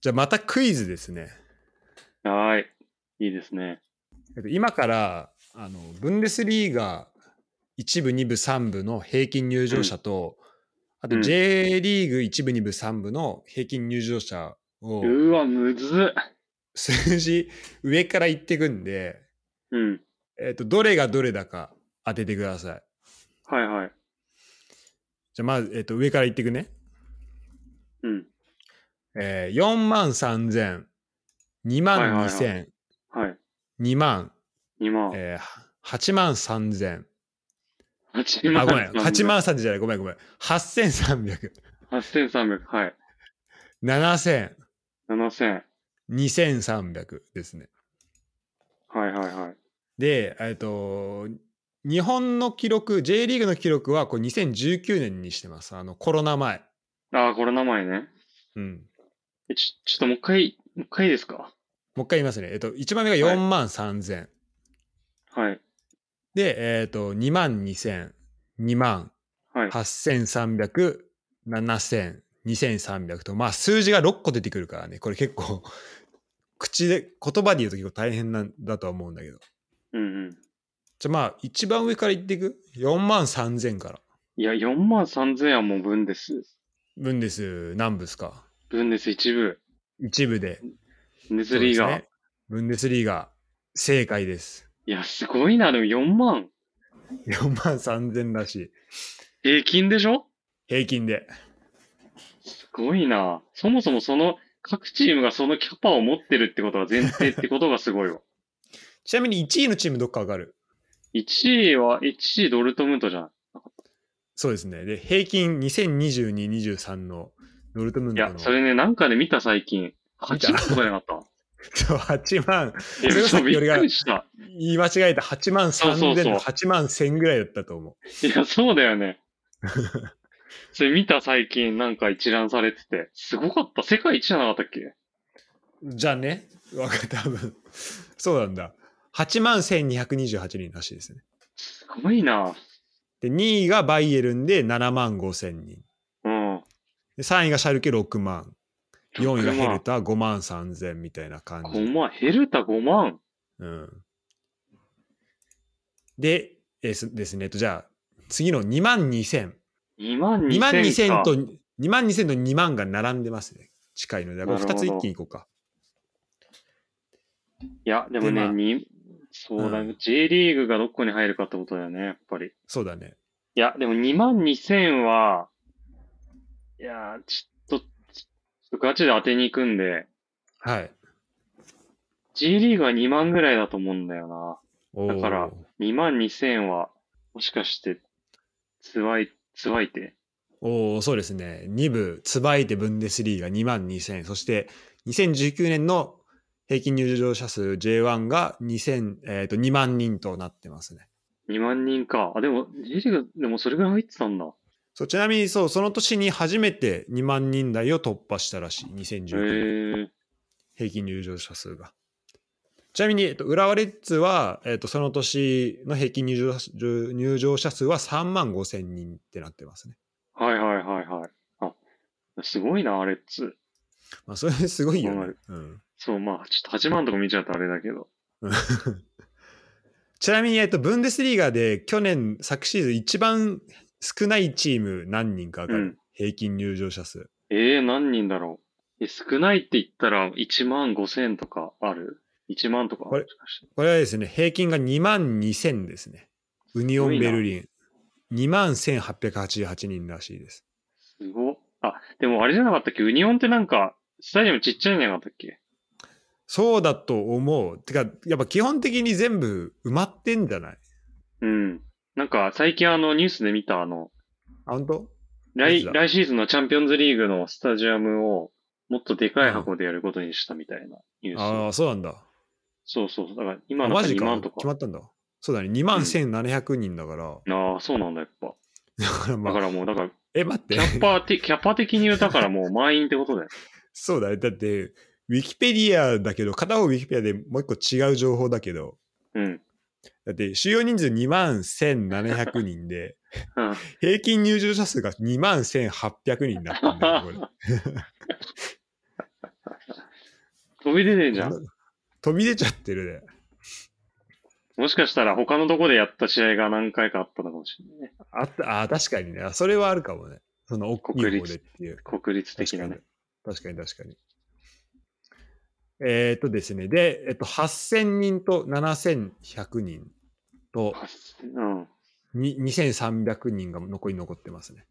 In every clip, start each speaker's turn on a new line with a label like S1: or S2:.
S1: じゃあまたクイズですね。
S2: はーい。いいですね。
S1: えっと今から、あの、ブンデスリーガ1部、2部、3部の平均入場者と、あ
S2: う
S1: と
S2: ん
S1: J リーグ1部、2部、3部の平均入場者を
S2: うわ、むずっ。
S1: 数字上から言っていくんで、
S2: うん。
S1: えっと、どれがどれだか当ててください。
S2: はいはい。
S1: じゃあまず、えっと、上から言っていくね。
S2: うん。
S1: えー、4万3000、2万
S2: はいはいはい
S1: 2000、
S2: はい。
S1: 2万、
S2: 2万。
S1: えー、8万3000。
S2: 8
S1: あ、
S2: 万。
S1: ごめん。8万3000じゃない。ごめんごめん。8300、
S2: 8300。はい。
S1: 7000、
S2: 7000。
S1: 2300ですね。
S2: はいはいはい。
S1: で、えっと、日本の記録、J リーグの記録はこれ2019年にしてます。あの、コロナ前。
S2: あー、これ名前ね。
S1: うん。
S2: え、ちょ、ちょっともう一回、もう一回いいですか
S1: もう一回言いますね。えっと、1番目が4万3000。
S2: はい。
S1: で、えっと、2万2000、2万、
S2: はい。
S1: 8300、7000、2300と、まあ数字が6個出てくるからね、これ結構、 口で、言葉で言うと結構大変なんだとは思うんだけど。
S2: うんうん。
S1: じゃあまあ一番上から言っていく ?4 万3000から。
S2: いや、4万3000はもう分です。
S1: 分です、何部ですか
S2: 分です、一部。
S1: 一部で。
S2: ブンデスリー
S1: そうで
S2: ガー。
S1: すねブンデスリーガー、正解です。
S2: いや、すごいな、でも4万。
S1: 4万3000らしい。
S2: 平均でしょ
S1: 平均で。
S2: すごいな。そもそもその、各チームがそのキャパを持ってるってことが前提ってことがすごいわ。
S1: ちなみに1位のチームどっか上がる。
S2: 1位は、1位ドルトムントじゃん。
S1: そうですね。で、平均2022、23のドルトムン
S2: い
S1: トの。
S2: や、それね、なんかで見た最近。8万とかじゃなかっ
S1: そう8万、
S2: た。いや、
S1: そ
S2: そうう、びっくりした。
S1: 言い間違えた8万
S2: そうそう
S1: 3000
S2: そう
S1: の8万1000ぐらいだったと思う。
S2: いや、そうだ よね。それ見た最近、なんか一覧されてて。すごかった。世界一じゃなかったっけ
S1: じゃあね、わかった、多分。そうなんだ。8万1228人らしいですね。
S2: すごいな。
S1: で、2位がバイエルンで7万5000人。
S2: うん。
S1: で3位がシャルケ6万。4位がヘル
S2: 万。
S1: タ5万3000みたいな感
S2: 5
S1: じ。
S2: 万。ヘルタ5万。
S1: うん。で、えーすですね、えっと、じゃあ、次の2万2000。
S2: 2万2000
S1: 2万2000
S2: か
S1: と、2万2000と2万が並んでますね。近いので、これ2つ一気にいこうか。
S2: いや、でも
S1: でまあ
S2: ね、にそうだ
S1: う
S2: ね、J リーグがどこに入るかってことだよね、やっぱり。
S1: そうだね。
S2: いや、でも2万2000は、いやー、ちょっと、ちょっとガチで当てに行くんで、
S1: はい。
S2: J リーグは2万ぐらいだと思うんだよな。
S1: お
S2: だから
S1: ー
S2: 2万2000は、もしかして、つわい、つわいて。
S1: おーそうですね。2部、つばいてブンデスリーが2万2000、そして2019年の平均入場者数 J1 が2000、えー、と2万人となってますね。
S2: 2万人か。あ、でも、J リーグ、でもそれぐらい入ってたんだ。
S1: そうちなみにそう、その年に初めて2万人台を突破したらしい、
S2: へえ
S1: 2019年、
S2: ー。
S1: 平均入場者数が。ちなみに、えっと、浦和レッズは、えっと、その年の平均入場入場者数は3万5千人ってなってますね。
S2: はいはいはいはい。あ、すごいな、あれっつ。
S1: まあ、それすごいよ
S2: わ
S1: ね
S2: かる。
S1: うん
S2: そう、まあ、ちょっと8万とか見ちゃうとあれだけど。
S1: ちなみに、えっと、ブンデスリーガで去年、昨シーズン一番少ないチーム何人か上がる、
S2: うん
S1: 平均入場者数。
S2: ええ何人だろう。え、少ないって言ったら、1万5千とかある ?1 万とか
S1: あれ
S2: もしかして
S1: これはですね、平均が2万2000ですね。ウニオンベルリン。2万1888人らしいです。
S2: すごっ。あ、でもあれじゃなかったっけユニオンってなんか、スタジアムちっちゃいんじゃなかったっけ
S1: そうだと思う。てか、やっぱ基本的に全部埋まってんじゃない
S2: うん。なんか、最近あの、ニュースで見たあの、
S1: あ、本当い
S2: 来、
S1: つだ
S2: 来シーズンのチャンピオンズリーグのスタジアムを、もっとでかい箱でやることにしたみたいなニュース。
S1: ああ、そうなんだ。
S2: そうそうそう。だから、
S1: あ
S2: 今の
S1: マジ
S2: 2
S1: か。
S2: 万
S1: 決
S2: と
S1: ま
S2: か。
S1: ったんだ。そうだね。2万1700人だから。
S2: ああ、そうなんだ、やっぱ。
S1: だから ま
S2: だ
S1: あ
S2: からもう、だから、
S1: え、待 って
S2: キ。ャッパーて、キャッパー的に言う、だからもう満員ってことだよ。
S1: そうだね。だって、ウィキペディアだけど、片方ウィキペディアでもう一個違う情報だけど、
S2: うん。
S1: だって収容人数2万1700人で、
S2: うん。
S1: 平均入場者数が2万1800人だったんだよ、これ。
S2: 飛び出てんじゃん。
S1: 飛び出ちゃってるね。
S2: もしかしたら他のとこでやった試合が何回かあったのかもしれないね。
S1: あった、あ、確かにね。それはあるかもね。その大きい方でっていう。
S2: 国立的
S1: 確か
S2: な
S1: に
S2: ね。。
S1: 確かに確かに。えっ、とですね。で、えっと、8000人と7100人と
S2: うん。
S1: に2300人が残り残ってますね。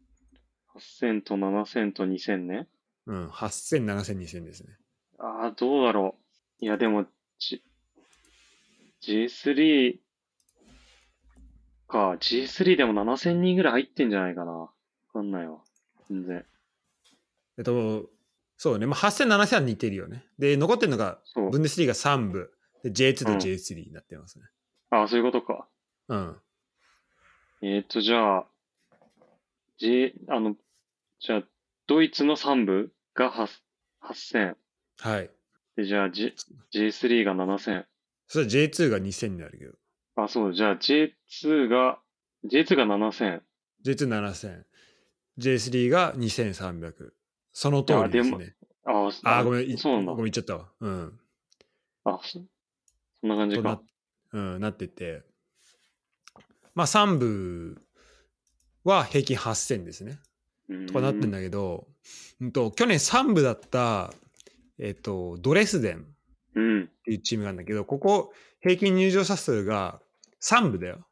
S2: 8000と7000と2000ね。
S1: うん。8000、7000、2000ですね。
S2: ああ、どうだろう。いや、でも、G、G3 か、G3 でも7000人ぐらい入ってんじゃないかな。わかんないわ。全然。
S1: えっと、そうね。まあ、8000、7000は似てるよね。で、残ってるのが、
S2: そう
S1: ブ。ンデスリーが3部、で J2 と
S2: うん
S1: J3 になってますね。
S2: ああ、そういうことか。
S1: うん。
S2: えーっと、じゃあ、J、あの、じゃあ、ドイツの3部が8 8000。
S1: はい。
S2: で、じゃあ、G、J3 が7000。
S1: そしたら J2 が2000になるけど。
S2: あ、そう、じゃあ J2 が、J2 が7000。
S1: J27000。J3 が2300。その通りですね。
S2: ああ、
S1: あー、ごめん。い
S2: そうなんだ
S1: ご。めん、言っちゃったわ。うん。
S2: あ、そそんな感じ
S1: とな
S2: か。、
S1: うん、なってて。まあ、3部は平均8000ですね。とかなってん
S2: だ。
S1: だけど、うんと、去年3部だった、えっと、ドレスデン。
S2: うん。
S1: っていうチームなんだけど、ここ、平均入場者数が3部だよ。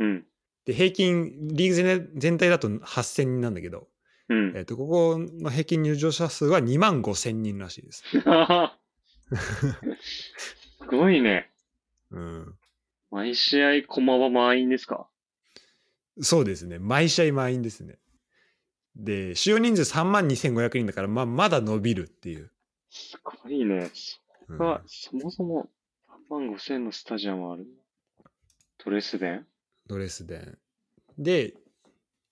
S2: うん。
S1: で、平均、リーグ全体全体だと8000人なんだけど、
S2: う
S1: え
S2: ん。
S1: っと、ここの平均入場者数は2万5000人らしいです。
S2: すごいね。
S1: うん。
S2: 毎試合、駒は満員ですか
S1: そうですね。毎試合満員ですね。で、主要人数3万2500人だから、まあ、まだ伸びるっていう。
S2: すごいね。
S1: うん
S2: が、そもそも3万5千のスタジアムある。トレスデン
S1: ドレスデン。で、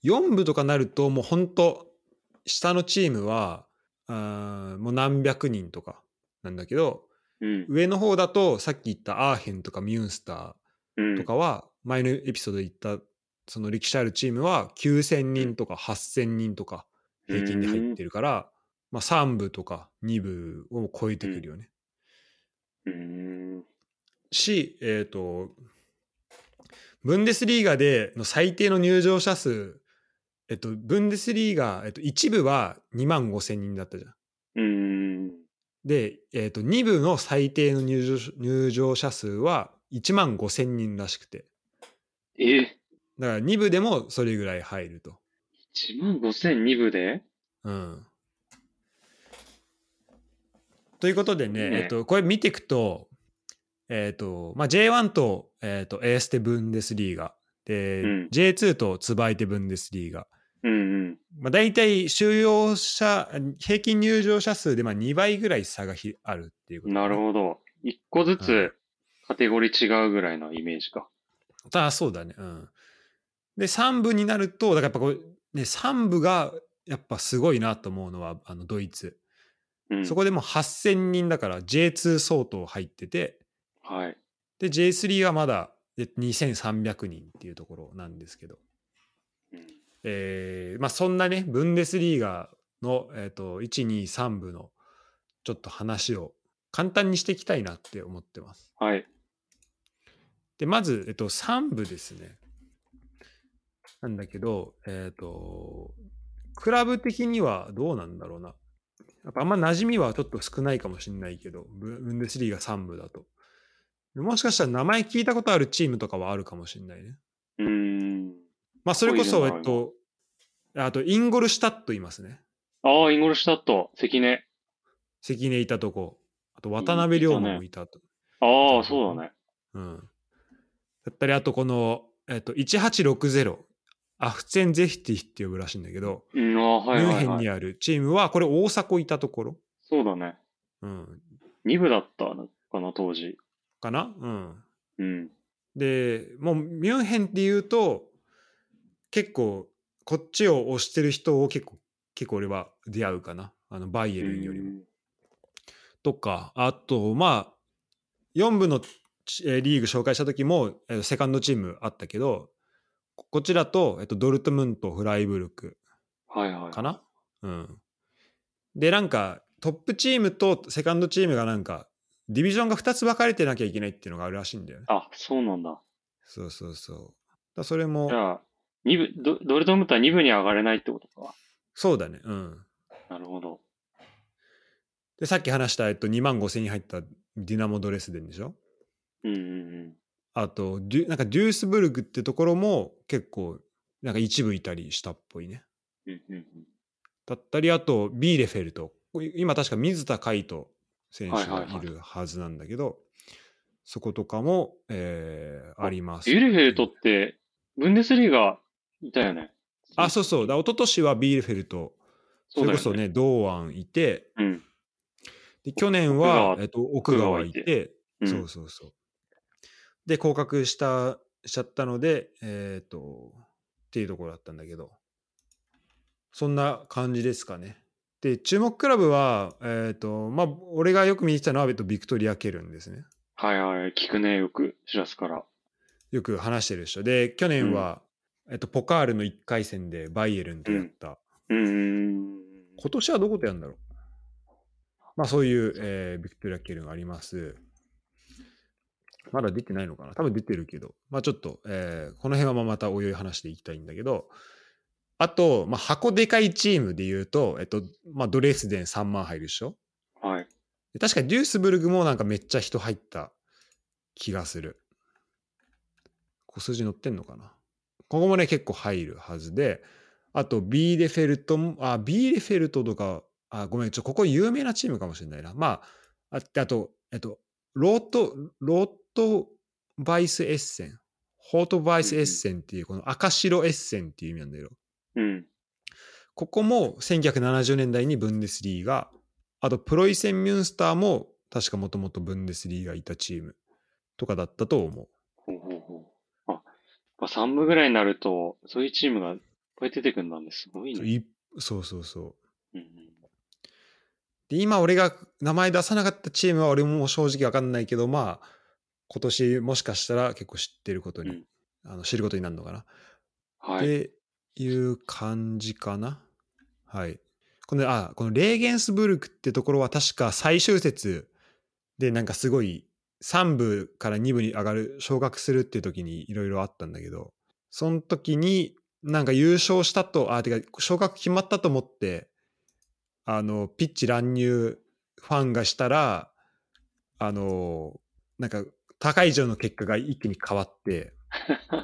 S1: 4部とかなると、もう本当下のチームは、あーもう何百人とかなんだけど、
S2: うん。
S1: 上の方だとさっき言ったアーヘンとかミュンスタ
S2: うん
S1: ーと。かは前のエピソードで言ったその歴史あるチームは9,000人とか8,000人とか平均で入ってるから、まあ、3部とか2部を超えてくるよね。
S2: うーん。
S1: し、えっとブンデスリーガでの最低の入場者数、えっと、ブンデスリーガ、えっと、1部は2万5,000人だったじゃん。
S2: うーん。
S1: で、えっと2部の最低の入場入場者数は1万5,000人らしくて。
S2: え、
S1: だから2部でもそれぐらい入ると。
S2: 1万5千2部で
S1: うん。ということでね、
S2: ね
S1: えっと、これ見ていくと、えっと、まあ、J1 と、えっと、エーステブンデスリーガ、で、
S2: うん
S1: J2 とツバイテブンデスリーガ。
S2: うんうん。
S1: まあ、大体収容者、平均入場者数でまあ2倍ぐらい差がひあるっていうこと、
S2: なる
S1: ど。
S2: ほど。一個ず
S1: は
S2: つカテゴリー違うぐらいのイメージか。
S1: あそうだね。うん。で、3部になると、だからやっぱこう、ね、3部がやっぱすごいなと思うのは、あの、ドイツ。
S2: うん。
S1: そこでもう8000人だから J2 相当入ってて、
S2: はい。
S1: で、J3 はまだで2300人っていうところなんですけど、
S2: うん
S1: えーまあそんなね、ブンデスリーガの、えー、と1、2、3部のちょっと話を簡単にしていきたいなって思ってます。
S2: はい。
S1: で、まず、えっと、3部ですね。なんだけど、えっ、と、クラブ的にはどうなんだろうな。やっぱあんま馴染みはちょっと少ないかもしれないけど、ブブンデスリーガ3部だと。もしかしたら名前聞いたことあるチームとかはあるかもしれないね。
S2: うーん。
S1: まあ、それこ
S2: こ
S1: そ、
S2: う
S1: え
S2: いうのがある
S1: っと、あと、インゴルシュタットいますね。
S2: ああ、インゴルシュタット、関根。
S1: 関根いたとこ。あと、渡辺龍馬もいたと。
S2: ああ、そうだね。
S1: うん。だったり、あと、この、えっと、1860、アフツェンゼヒティって呼ぶらしいんだけど、
S2: うん、ああ、はいは
S1: ミュ
S2: い
S1: ンヘン
S2: はい。
S1: にあるチームは、これ大迫いたところ、
S2: そうだね。
S1: うん、
S2: 2部だったのかな、当時。
S1: かな、うん。
S2: うん。
S1: で、もうミュンヘンっていうと、結構、こっちを推してる人を結構、結構俺は出会うかな。あの、バイエルンよりも。とか、あと、まあ、4部のチえーリーグ紹介した時も、えーセカンドチームあったけど、ここちらと、えっと、ドルトムント、フライブルク
S2: うんはいはい。
S1: かな。うん。で、なんか、トップチームとセカンドチームがなんか、ディビジョンが2つ分かれてなきゃいけないっていうのがあるらしいんだよね。
S2: あ、そうなんだ。
S1: そうそうそう。だからそれも
S2: じ、ゃあ、二部、ドドルトムントは2部に上がれないってことか。
S1: そうだね。うん。
S2: なるほど。
S1: で、さっき話した、えっと、2万5千に入ったディナモ・ドレスデンでしょ
S2: うんうん
S1: あとデュ、なんかデュースブルグってところも結構、なんか一部いたりしたっぽいね。
S2: うん。うんうん
S1: だったり、あと、ビーレフェルト。今確か水田海斗選手
S2: はい
S1: が
S2: はいはい
S1: いるはずなんだけど、そことかも、えー
S2: あ
S1: あります。
S2: ビュルフェルトって、ブンデスリーがいたよね。
S1: あ、そうそう。だから一昨年はビーレフェルト、そ
S2: そうだ
S1: れ
S2: よ
S1: こ
S2: ね
S1: そね、堂安いて、
S2: うん。
S1: で去年
S2: 奥
S1: は、
S2: 川
S1: えっと、奥川いて、
S2: うん。
S1: そうそうそう。で、降格した、しちゃったので、えっ、と、っていうところだったんだけど、そんな感じですかね。で、注目クラブは、えっ、と、まあ、俺がよく見に来たのは、えっと、ビクトリア・ケルンですね。
S2: はいはい。聞くね、よく、シらすから。
S1: よく話してる人で、去年は、えっと、ポカールの1回戦でバイエルンとやった。
S2: うーん。
S1: 今年はどことやるんだろう。まあ、そういう、えービクトリア・ケルンがあります。まだ出てないのかな多分出てるけど、まあ、ちょっと、えーこの辺はまあまたおいおい話していきたいんだけど、あと、まあ、箱でかいチームで言うと、えっと、まあ、ドレスデン3万入るでしょ
S2: はい。
S1: で確かにデュースブルグもなんかめっちゃ人入った気がする。小筋乗ってんのかなここもね、結構入るはずで、あと、ビーレフェルトも、あ、ビーレフェルトとか、あ、ごめん、ちょ、ここ有名なチームかもしれないな。まあ、ああと、えっと、ロート、ロートバイスエッセン、ホートバイスエッセンっていう、この赤白エッセンっていう意味なんだけど、
S2: うん。
S1: ここも1970年代にブンデスリーが、あとプロイセン・ミュンスターも確かもともとブンデスリーがいたチームとかだったと思う。
S2: ほうほうほう。あ、やっぱ3部ぐらいになると、そういうチームがいっぱい出てくるんだね。すごい
S1: そう
S2: ね。
S1: いそうそうそう。
S2: うんうん
S1: で、今俺が名前出さなかったチームは俺も正直わかんないけど、まあ、今年もしかしたら結構知ってることに、
S2: うん
S1: あの知ることになるのかな。
S2: はい。
S1: っていう感じかな。はい。この、あ、このレーゲンスブルクってところは確か最終節でなんかすごい3部から2部に上がる、昇格するっていう時にいろいろあったんだけど、その時になんか優勝したと、あ、てか昇格決まったと思って、あの、ピッチ乱入ファンがしたら、あの、なんか高以上の結果が一気に変わって、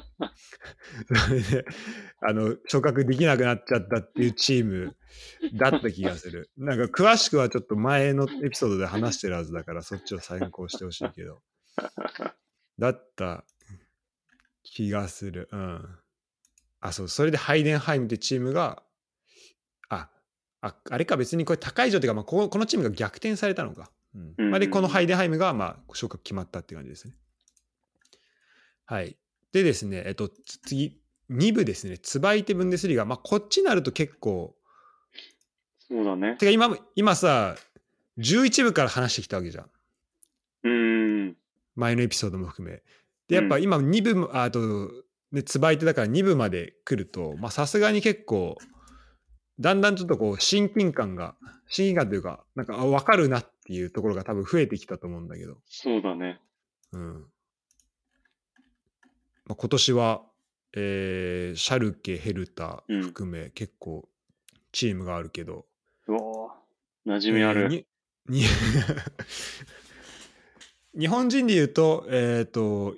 S1: それで、あの、昇格できなくなっちゃったっていうチームだった気がする。なんか詳しくはちょっと前のエピソードで話してるはずだから、そっちを参考してほしいけど。だった気がする。うん。あ、そう、それでハイデンハイムってチームが、あ、ああれか別にこれ高い状というか、まあ、ここのチームが逆転されたのか。う。
S2: うんん
S1: まあ、で、このハイデンハイムが、まあ、昇格決まったって感じですね。はい。でですね、えっと、つ次、2部ですね、ツバイテ・ブンデスリーガ、まあ、こっちになると結構、
S2: そうだね。
S1: てか今、今さ、11部から話してきたわけじゃん。
S2: うーん。
S1: 前のエピソードも含め。で、やっぱ
S2: うん
S1: 今2部も、ああと、ね、つばいてだから2部まで来ると、まあさすがに結構、だんだんちょっとこう、親近感が、親近感というか、なんか、あ、わかるなっていうところが多分増えてきたと思うんだけど。
S2: そうだね。
S1: うん。まあ、今年は、えーシャルケ、ヘルタ
S2: うん
S1: 含め、結構、チームがあるけど、
S2: うわぁ。馴染みある。
S1: えーにに 日本人で言うと、えっ、と、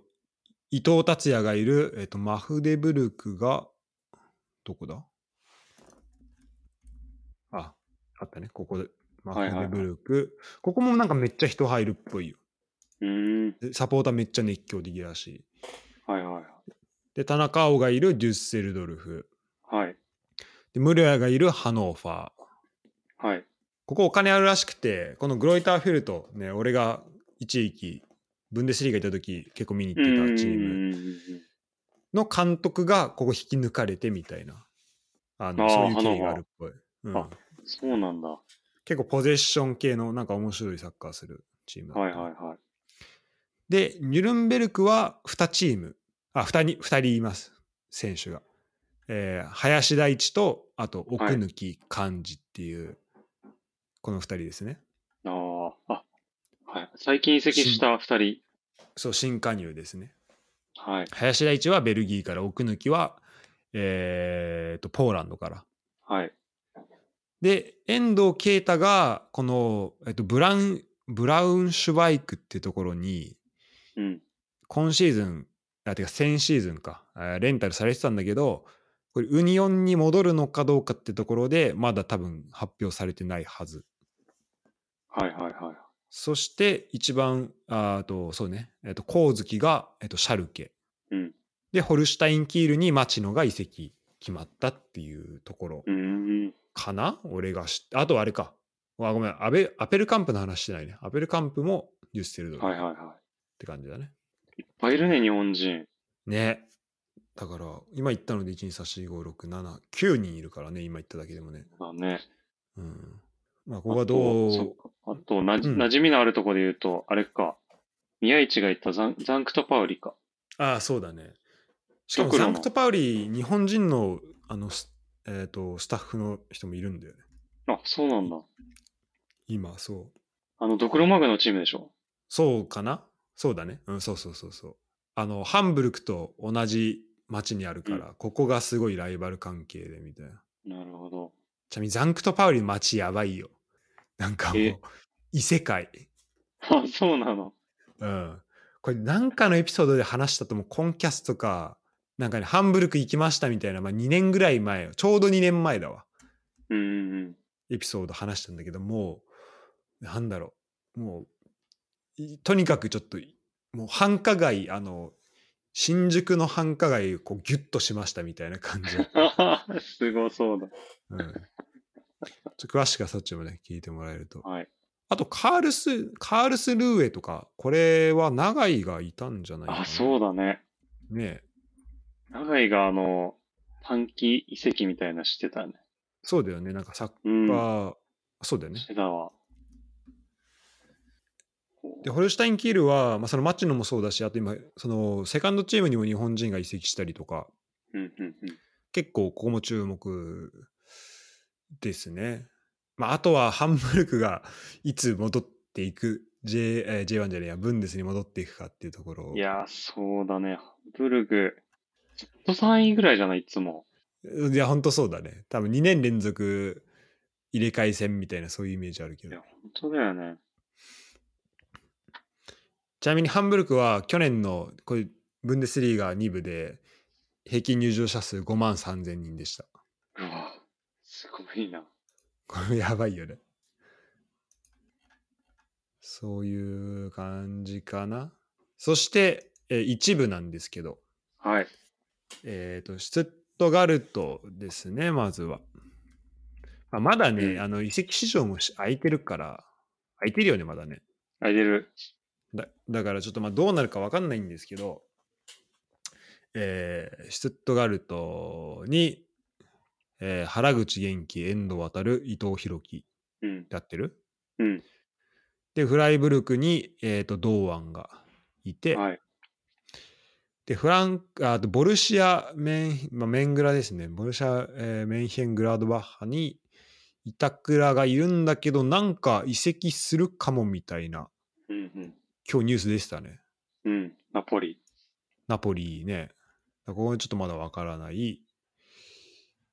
S1: 伊藤達也がいる、えー、とマフデブルクが、どこだあ、あったね、ここで。マ
S2: はいはい
S1: フ
S2: は
S1: デ
S2: い
S1: ブルク。ここもなんかめっちゃ人入るっぽいよ。
S2: うーん。
S1: でサポーターめっちゃ熱狂的らしい。
S2: はいはい。
S1: で、田中碧がいるデュッセルドルフ。
S2: はい。
S1: で、ムレアがいるハノーファー。
S2: はい。
S1: ここお金あるらしくて、このグロイターフェルト、ね、俺が一時期、ブンデスリーガいた時結構見に行ってたチーム
S2: ム。
S1: の監督がここ引き抜かれてみたいな、あの
S2: あー
S1: そういう経緯があるっぽい、うん
S2: あそうなんだ。は
S1: 結構ポゼッション系のなんか面白いサッカーするチーム
S2: い
S1: だった
S2: はいはい。
S1: で、ニュルンベルクは2チーム、あ、2人、二人います、選手が。えー林大地と、あと、奥抜き幹事っていう、この2人ですね。
S2: ああ、あ、はい。最近移籍した二人。
S1: そう、新加入ですね。
S2: はい。
S1: 林大地はベルギーから、奥抜きは、えー、と、ポーランドから。
S2: はい。
S1: で、遠藤啓太が、この、えっと、ブラウン、ブラウンシュバイクってところに、
S2: うん。
S1: 今シーズン、あ、てか先シーズンか、あレンタルされてたんだけど、これウニオンに戻るのかどうかってところで、まだ多分発表されてないはず。
S2: はいはいはい。
S1: そして一番、ああと、そうね、えっと、光月が、えっと、シャルケ。
S2: うん。
S1: で、ホルシュタインキールに町野が移籍決まったっていうところ
S2: うーん。
S1: かな、俺が知って、あとあれか。あごめんアベ、アペルカンプの話してないね。アペルカンプもデュッセルドル
S2: はい
S1: っ
S2: はいは
S1: て感じだね。
S2: い。いっぱいいるね、日本人。
S1: ねだから今言ったので1234567人いるからね今言っただけでもね
S2: だね。
S1: うんまあここがど
S2: あとそうっかあと、なじ、
S1: うん
S2: 馴染みのあるところで言うと、あれか。宮市が言ったザンザンクトパウリか。
S1: ああそうだねしかも
S2: ドクロ
S1: サ
S2: の
S1: ンクトパウリ日本人のあのス,、えー、とスタッフの人もいるんだよね
S2: あ、そうなんだ。
S1: 今そう
S2: あの、ドクロマグのチームでしょ。
S1: そうかなそうだねうんそうそうそうそうあのハンブルクと同じ町にあるから、ここがすごいライバル関係でみたいな
S2: なるほど。
S1: ちなみにザンクトパウリの町やばいよ なんかもう
S2: え
S1: 異世界
S2: あ、そうなの。
S1: うん。これなんかのエピソードで話したともコンキャストか、なんかね、ハンブルク行きましたみたいな、まあ2年ぐらい前、ちょうど2年前だわ。
S2: うんうんうん。
S1: エピソード話したんだけど、もう、なんだろう、もう、いとにかくちょっと、もう繁華街、あの、新宿の繁華街をこうギュッとしましたみたいな感じ。
S2: すごそうだ。
S1: うん、ちょっと詳しくはそっちもね、聞いてもらえると。
S2: はい。
S1: あと、カールス、カールスルーエとか、これは永井がいたんじゃないかな。
S2: あ、そうだね。
S1: ねえ。
S2: 長井があの、短期移籍みたいなしてたね。
S1: そうだよね、なんかサッカ
S2: うん。
S1: ー、そうだよね
S2: し。てたわ。こう
S1: で、ホルシュタイン・キールは、まあ、そのマッチのもそうだし、あと今、そのセカンドチームにも日本人が移籍したりとか、
S2: うんうんうん。
S1: 結構ここも注目ですね。まあ、あとはハンブルクがいつ戻っていく、J えー J1 じゃねえや、ブンデスに戻っていくかっていうところ
S2: いやー、そうだね。ハンブルグ、ずっと3位ぐらいじゃない、いつも。
S1: いや、本当そうだね。多分2年連続入れ替え戦みたいな、そういうイメージあるけ
S2: い
S1: ど
S2: や。、本当だよね。
S1: ちなみにハンブルクは去年のこういうブンデスリーガ2部で平均入場者数5万3000人でした。
S2: うわ、すごいな。
S1: これやばいよね。そういう感じかな。そして、えー一部なんですけど、
S2: はい。
S1: えっ、と、シュツットガルトですね、まずは。まあ、まだね、
S2: うん
S1: あの移籍市場もし空いてるから、空いてるよね、まだね。
S2: あれ出る。
S1: だだからちょっとまあどうなるか分かんないんですけど、えーシュツットガルトに、えー原口元気、遠藤航、伊藤洋樹
S2: うん。
S1: やってる
S2: うん。
S1: で、フライブルクに、えー、と堂安がいて、
S2: はい。
S1: で、フランク、ああとボルシアメン、まあ、メングラですね、ボルシア、えーメンヘングラードバッハに板倉がいるんだけど、なんか移籍するかもみたいな、
S2: うんうん。
S1: 今日ニュースでしたね。
S2: うん。ナポリ。
S1: ナポリね。ここはちょっとまだわからない。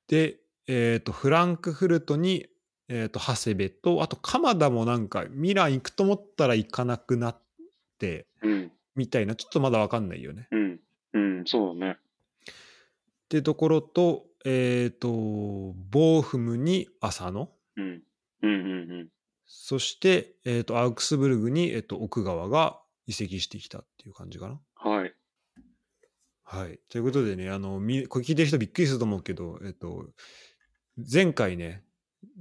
S1: で、えっ、と、フランクフルトに、えっ、と、長谷部と、あと、鎌田もなんか、ミラン行くと思ったら行かなくなって、
S2: うん。
S1: みたいな、ちょっとまだわかんないよね。
S2: うん。うん。そうだね。
S1: ってところと、えっ、と、ボーフムに浅野。
S2: うん。うんうんうん。
S1: そして、えっ、と、アウクスブルグに、えっ、と、奥川が移籍してきたっていう感じかな。
S2: はい。
S1: はい。ということでね、あの、みこれ聞いてる人びっくりすると思うけど、えっと、前回ね、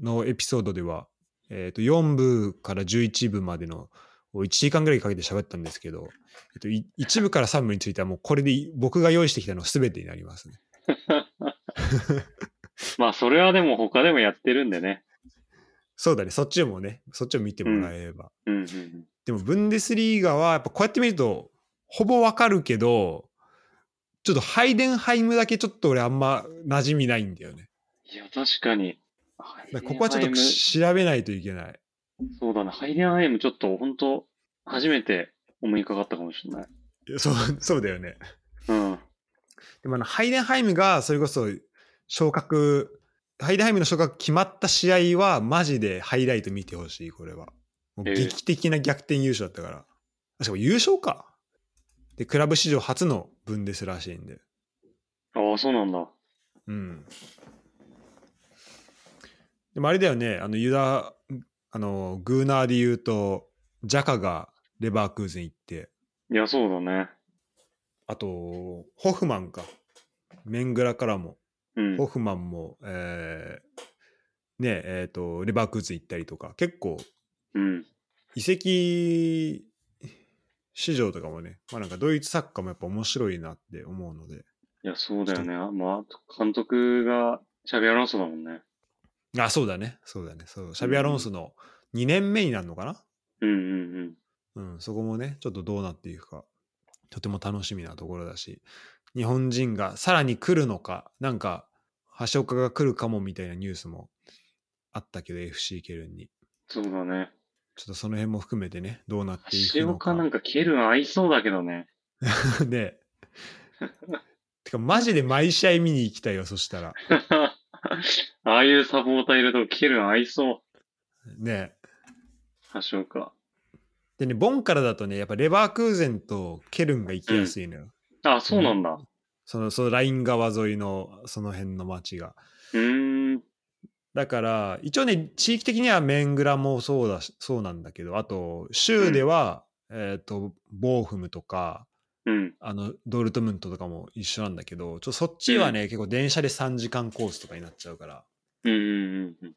S1: のエピソードでは、えっと、4部から11部までのを1時間ぐらいかけて喋ったんですけど、えっと、い1部から3部についてはもうこれでい僕が用意してきたの全てになりますね。
S2: まあ、それはでも他でもやってるんでね。
S1: そうだね、そっちもね、そっちを見てもらえれば。
S2: うんうんうん。
S1: でも、ブンデスリーガはやっぱこうやって見ると、ほぼわかるけど、ちょっとハイデンハイムだけちょっと俺あんま馴染みないんだよね。
S2: いや、確かに。
S1: だからここはちょっと
S2: ハイデンハ
S1: 調
S2: イ
S1: べないといけない。
S2: ムそうだね。ハイデンハイムちょっと本当初めて思いかかったかもしれない。
S1: いやそう、そうだよね。
S2: うん。
S1: でもあの、ハイデンハイムが、それこそ、昇格、ハイデンハイムの昇格決まった試合は、マジでハイライト見てほしい、これは。もう
S2: ええ
S1: 劇的な逆転優勝だったから。あ、しかも優勝か。で、クラブ史上初の分ですらしいんで。
S2: ああ、そうなんだ。
S1: うん。でもあれだよね、あの、ユダ、あの、グーナーで言うと、ジャカがレバークーゼン行って、
S2: いや、そうだね。
S1: あと、ホフマンか。メングラからも
S2: うん。
S1: ホフマンも、えーねえーとレバークーツ行ったりとか結構
S2: うん。
S1: 移籍市場とかもね、まあ、なんかドイツサッカーもやっぱ面白いなって思うので
S2: いや、そうだよね。あまあ、監督がシャビアロンソだもんね。
S1: あそうだねそうだねそうシャビアロンスの2年目になるのかな、
S2: うんうんうん。
S1: うんそこもねちょっとどうなっていくかとても楽しみなところだし日本人がさらに来るのかなんか橋岡が来るかもみたいなニュースもあったけど FC ケルンに
S2: そうだね。
S1: ちょっとその辺も含めてね、どうなっていく
S2: 橋
S1: のか。
S2: 岡なんかケルン合いそうだけどね。
S1: ね。てか、マジで毎試合見に行きたいよ、そしたら。
S2: ああいうサポーターいるとケルン合いそ
S1: ね。
S2: う。橋岡。
S1: でね、ボンからだとね、やっぱレバークーゼンとケルンが行きやすいのよ。
S2: あ、そうなんだ。
S1: その、そのライン川沿いの、その辺の町が。
S2: うーん。
S1: だから、一応ね、地域的にはメングラもそうだし、そうなんだけど、あと、州では、えっ、と、ボーフムとか、
S2: うん。
S1: あの、ドルトムントとかも一緒なんだけど、ちょそっちはね、結構電車で3時間コースとかになっちゃうから。
S2: うんうんうん。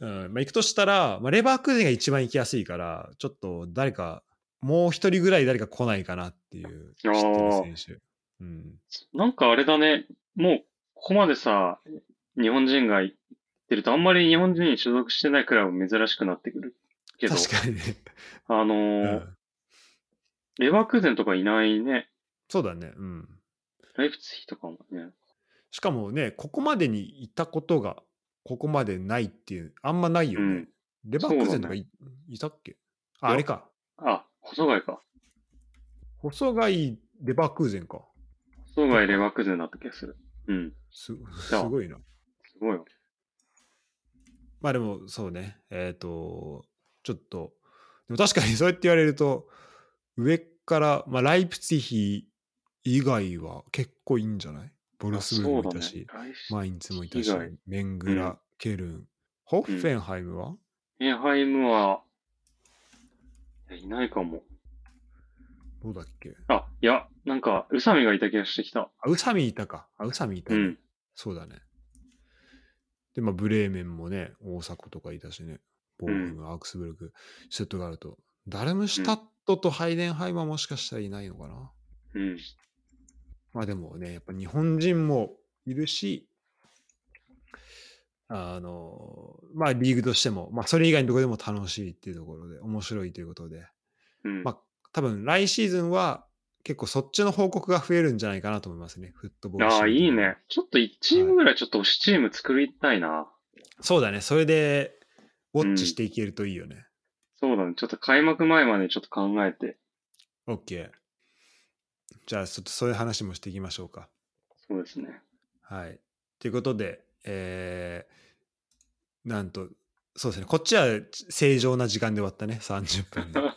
S1: うんまあ、行くとしたら、まあ、レバークーゼンが一番行きやすいから、ちょっと誰か、もう一人ぐらい誰か来ないかなっていう、知
S2: あー
S1: ってる選手。うん、
S2: なんかあれだね。もう、ここまでさ、日本人が行ってると、あんまり日本人に所属してないクラブ珍しくなってくるけど、
S1: 確かにね、
S2: あの
S1: う
S2: ー
S1: ん
S2: レバークーゼンとかいないね。
S1: そうだね。うん。
S2: ライプツヒとかもね。
S1: しかもね、ここまでにいたことが、ここまでないっていう、あんまないよね。
S2: うん
S1: レバークーゼンとかい,、いたっけあ
S2: いや
S1: あれか。
S2: あ、細貝か。
S1: 細貝、レバークーゼンか。
S2: 細貝レバークーゼンだった気がする。うん。
S1: すす
S2: そう
S1: ごいな。
S2: すごいよ。
S1: まあでもそうね、えっ、と、ちょっと、でも確かに そうやって言われると、上から、まあ、ライプツィヒ以外は結構いいんじゃないボルスブルクもいたし、
S2: そうだね。
S1: マインツもいたし
S2: 以外、
S1: メングラ、
S2: う
S1: ケルン、ホッフェンハイムは、
S2: エンハイムは、いやいないかも。
S1: どうだっけ
S2: あ、いや、なんか、宇佐美がいた気がしてきた。
S1: あ、ウサミいたか。あ、ウサミいた
S2: う
S1: ね、
S2: ん。
S1: そうだね。で、まあ、ブレーメンもね、大迫とかいたしね、ボーフム、アークスブルク、シュットガルト、ダルムシュタットとハイデンハイムはもしかしたらいないのかな、
S2: うん。
S1: まあでもね、やっぱ日本人もいるし、あの、まあリーグとしても、まあそれ以外のところでも楽しいっていうところで、面白いということで、
S2: うん。
S1: まあ多分来シーズンは結構そっちの報告が増えるんじゃないかなと思いますね、フットボールシーズ
S2: あ
S1: ン。
S2: あ、いいね。ちょっと1チームぐらいちょっと推しチーム作りたいな。
S1: そうだね、それでウォッチしていけるといいよね。
S2: そうだね。ちょっと開幕前までちょっと考えて。
S1: OK。じゃあちょっとそういう話もしていきましょうか。
S2: そうですね。
S1: はい。ということで、えーなんと、そうですね、こっちは正常な時間で終わったね、30分で。はい、